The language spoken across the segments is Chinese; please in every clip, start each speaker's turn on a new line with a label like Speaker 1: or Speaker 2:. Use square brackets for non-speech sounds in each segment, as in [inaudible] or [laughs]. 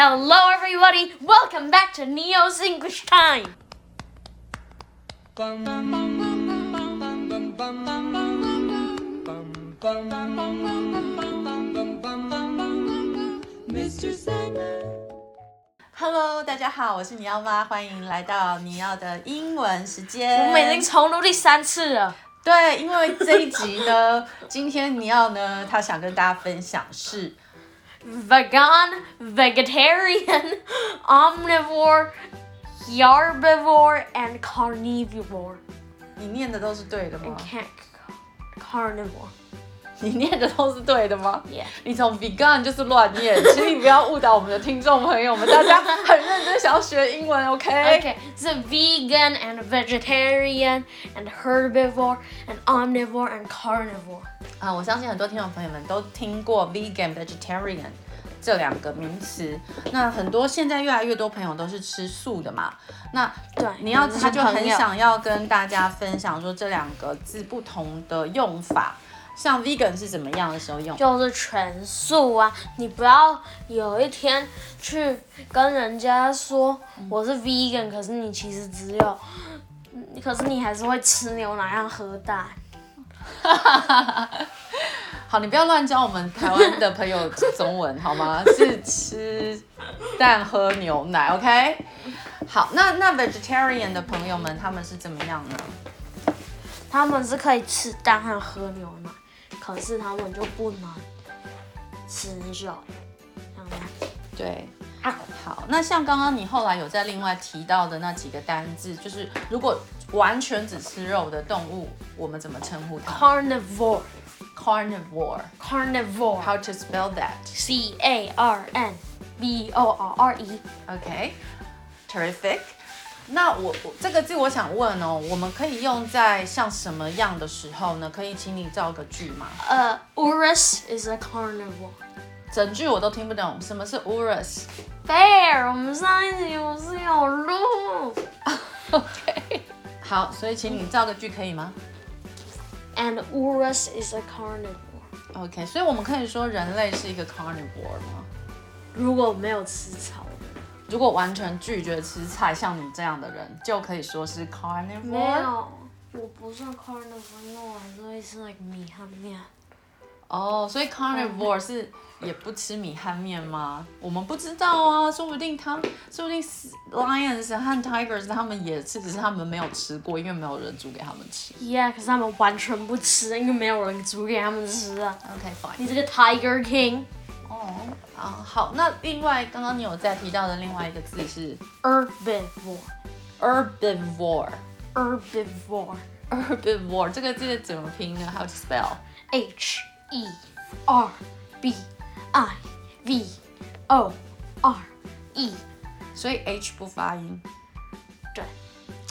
Speaker 1: Hello, everybody. Welcome back to Neo's English Time.
Speaker 2: Bum, bum, bum, bum, bum, bum, bum, bum, bum, bum, bum, bum, bum, bum, bum, bum, bum, bum, bum, bum. Mr. Sandman.
Speaker 3: Hello，大家好，我是你要妈，欢迎来到你要的英文时间。
Speaker 1: 我们已经重录第三次了。
Speaker 3: 对，因为这一集呢， [laughs] 今天你要呢，他想跟大家分享是
Speaker 1: Vegan, vegetarian, [laughs] omnivore, herbivore, and carnivore.
Speaker 3: 你念的都是对的吗
Speaker 1: And？can't carnivore.
Speaker 3: 你念的都是对的吗
Speaker 1: Yeah.
Speaker 3: 你从 vegan 就是乱念，请你不要误导我们的听众朋友们，大家很认真想要学英文，OK？
Speaker 1: [laughs] Okay, so vegan and vegetarian and herbivore and omnivore and carnivore.
Speaker 3: 啊，我相信很多听众朋友们都听过 vegan、vegetarian 这两个名词。那很多现在越来越多朋友都是吃素的嘛。那
Speaker 1: 对
Speaker 3: 你要
Speaker 1: 我们
Speaker 3: 他就
Speaker 1: 朋
Speaker 3: 很
Speaker 1: 友
Speaker 3: 想要跟大家分享说这两个字不同的用法，像 vegan 是怎么样的时候用？
Speaker 1: 就是全素啊！你不要有一天去跟人家说我是 vegan，可是你其实只有，嗯可是你还是会吃牛奶和喝蛋。
Speaker 3: [laughs] 好，你不要乱教我们台湾的朋友中文好吗？是吃蛋喝牛奶，OK？好，那那 vegetarian 的朋友们他们是怎么样呢？
Speaker 1: 他们是可以吃蛋和喝牛奶，可是他们就不能吃肉。懂吗
Speaker 3: 对，
Speaker 1: 啊
Speaker 3: 好，那像刚刚你后来有在另外提到的那几个单字，就是如果完全只吃肉的动物，我们怎么称呼它
Speaker 1: ，carnivore，carnivore，
Speaker 3: ？Carnivore. How to spell that?
Speaker 1: C A R N V O R R E。
Speaker 3: OK, terrific. 那我我这个字我想问哦，我们可以用在像什么样的时候呢？可以请你造个句吗？
Speaker 1: 呃、u r u s is a carnivore。
Speaker 3: 整句我都听不懂，什么是 [laughs] urus？
Speaker 1: Bear，我们上一集不是有录
Speaker 3: OK，好，所以请你造个句可以吗
Speaker 1: ？And Urus is a carnivore。
Speaker 3: ？OK，所以我们可以说人类是一个 carnivore 吗？
Speaker 1: 如果没有吃草的，
Speaker 3: 如果完全拒绝吃菜，像你这样的人，就可以说是 carnivore。
Speaker 1: 没有，我不算 carnivore，因为我还是会吃 like 米和面。
Speaker 3: 哦所以 carnivore 是也不吃米和面吗？我们不知道啊，说不定他，说不定 lions 和 tigers 他们也吃，只是他们没有吃过，因为没有人煮给他们吃。
Speaker 1: Yeah，可是他们完全不吃，因为没有人煮给他们吃啊。
Speaker 3: OK fine。
Speaker 1: 你这个 Tiger King，
Speaker 3: 哦，啊好，那另外刚刚你有在提到的另外一个字是
Speaker 1: herbivore，herbivore，
Speaker 3: herbivore。herbivore 这个字怎么拼呢？How to spell？
Speaker 1: H E R B I V O R E，
Speaker 3: 所以 h 不发音。
Speaker 1: 对，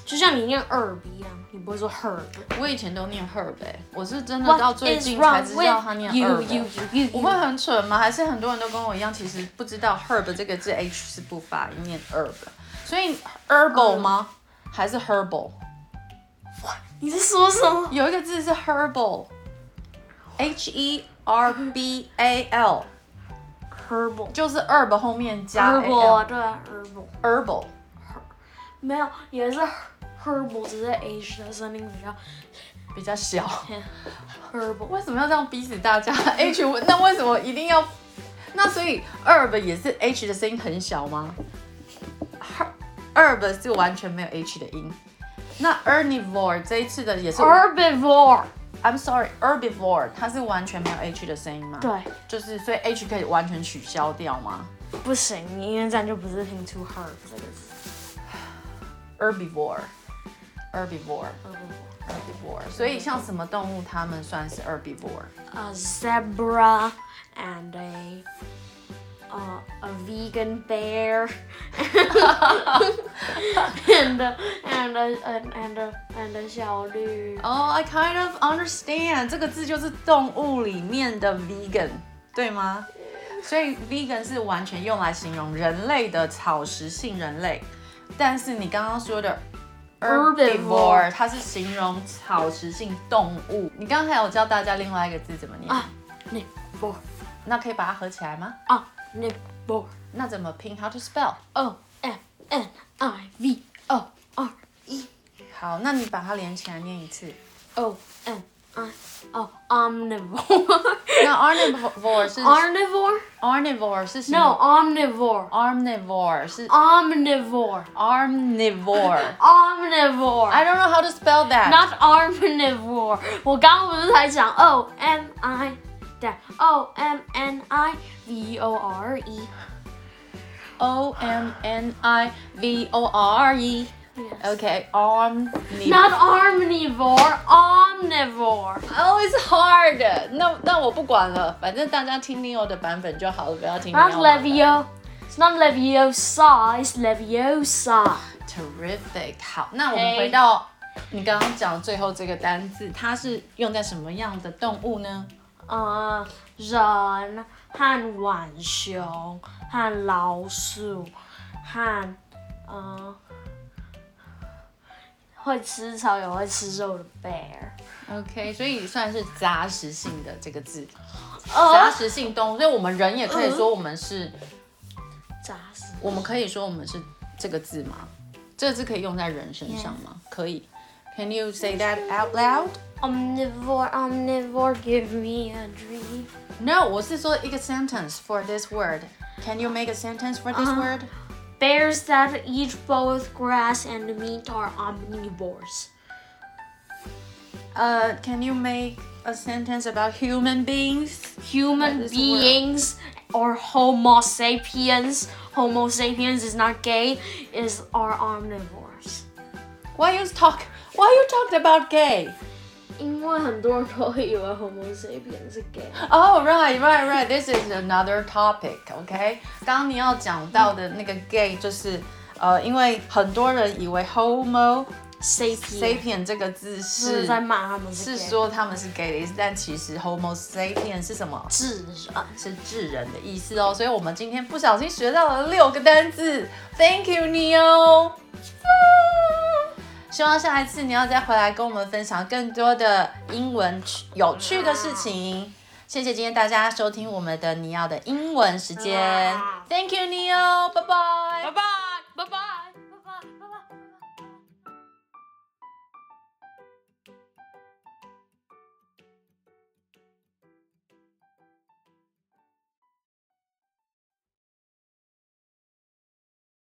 Speaker 1: 就像你念 herb 一样，你不会说 herb。
Speaker 3: 我以前都念 herb 欸我是真的
Speaker 1: What
Speaker 3: 到最近
Speaker 1: is wrong
Speaker 3: 才知道他念
Speaker 1: with you,
Speaker 3: herb
Speaker 1: you,
Speaker 3: 欸。
Speaker 1: you, you,
Speaker 3: 我会很蠢吗？还是很多人都跟我一样，其实不知道 herb 这个字 h 是不发音，念 herb。所以
Speaker 1: 嗯
Speaker 3: herbal 吗？还是 herbal？
Speaker 1: 你在说什么？
Speaker 3: 有一个字是 herbal，h e r b a l，
Speaker 1: herbal，
Speaker 3: 就是 herb 后面加 a
Speaker 1: herbal 啊，
Speaker 3: l
Speaker 1: 对啊，herbal，
Speaker 3: herbal。
Speaker 1: 没有，也是 herbal，只是 H 的声音比较 [laughs]
Speaker 3: 比较小，
Speaker 1: herbal。
Speaker 3: 为什么要这样逼死大家 [laughs] ？H 那为什么一定要？那所以 herb 也是 H 的声音很小吗？her-？herb 是完全没有 H 的音。那 herbivore 这一次的也是
Speaker 1: herbivore，
Speaker 3: I'm sorry herbivore，它是完全没有 H 的声音吗？
Speaker 1: 对，
Speaker 3: 就是所以 H 可以完全取消掉吗
Speaker 1: 不行，你因为这样就不是拼出 herb 这个字
Speaker 3: ？herbivore herbivore
Speaker 1: ，herbivore。
Speaker 3: herbivore，所以像什么动物它们算是 herbivore？
Speaker 1: A zebra and a uh, a vegan bear and a, and a, and and a, and a 小绿。
Speaker 3: 哦、i kind of understand，这个字就是动物里面的 vegan，对吗？所以 vegan 是完全用来形容人类的草食性人类，但是你刚刚说的
Speaker 1: Herbivore
Speaker 3: herbivore，它是形容草食性动物。你刚才有教大家另外一个字怎么念，
Speaker 1: 啊，你不。
Speaker 3: 那可以把它合起来吗
Speaker 1: 啊，omnivore，omnivore，
Speaker 3: 那怎么拼？How to spell？
Speaker 1: O M N I V O R E
Speaker 3: 好，那你把它连起来念一次。
Speaker 1: O M I O omnivore
Speaker 3: 那 omnivore 是
Speaker 1: omnivore
Speaker 3: omnivore 是什
Speaker 1: no
Speaker 3: 么
Speaker 1: omnivore
Speaker 3: ？omnivore 是
Speaker 1: omnivore
Speaker 3: omnivore。I
Speaker 1: omnivore
Speaker 3: don't know how to spell that.
Speaker 1: not omnivore 我刚刚不是才讲 O M I 对 O M N I V O R E
Speaker 3: O M N I V O R E. Okay, omnivore.
Speaker 1: not omnivore omnivore
Speaker 3: Oh, it's hard. 那那我不管了，反正大家听 Neo 的版本就好了，不要听
Speaker 1: not
Speaker 3: Neo 版本。
Speaker 1: levio it's not leviosa it's leviosa
Speaker 3: Terrific. 好，那我们回到你刚刚讲最后这个单字，它是用在什么样的动物呢？
Speaker 1: 呃，人和浣熊和老鼠和呃 uh, 会吃草也会吃肉的 bear。
Speaker 3: OK，所以算是杂食性的这个字，杂
Speaker 1: 呃，
Speaker 3: 食性动物，所以我们人也可
Speaker 1: 嗯
Speaker 3: 以说我们是，
Speaker 1: 杂食。
Speaker 3: 我们可以说我们是这个字吗？这个字可以用在人身上吗？可以。Can you say that out loud?
Speaker 1: Omnivore, omnivore, give me a dream.
Speaker 3: No，我是说一个 sentence for this word. Can you make a sentence for
Speaker 1: Uh-huh。
Speaker 3: this word?
Speaker 1: Bears that eat both grass and meat are omnivores.
Speaker 3: Uh, can you make a sentence about human beings?
Speaker 1: Human
Speaker 3: is the word.
Speaker 1: beings or Homo sapiens. Homo sapiens is not gay. Is are omnivores.
Speaker 3: Why you talk? Why you talked about gay?
Speaker 1: 因为很多人都会以为 Homo sapien 是 gay。
Speaker 3: Oh, right, right, right. This is another topic. OK，刚刚你要讲到的那个 gay 就是呃，因为很多人以为 Homo
Speaker 1: sapien
Speaker 3: sapien 这个字是
Speaker 1: 是在骂他们
Speaker 3: 是
Speaker 1: gay
Speaker 3: 说他们是 gay 的意思，但其实 Homo sapien 是什么？
Speaker 1: 智人。
Speaker 3: 是智人的意思哦。所以我们今天不小心学到了六个单字，Thank you Neo。希望下一次你要再回来跟我们分享更多的英文趣有趣的事情。谢谢今天大家收听我们的尼奥的英文时间，Thank you 啊 Neo，拜拜。
Speaker 1: 拜拜拜拜。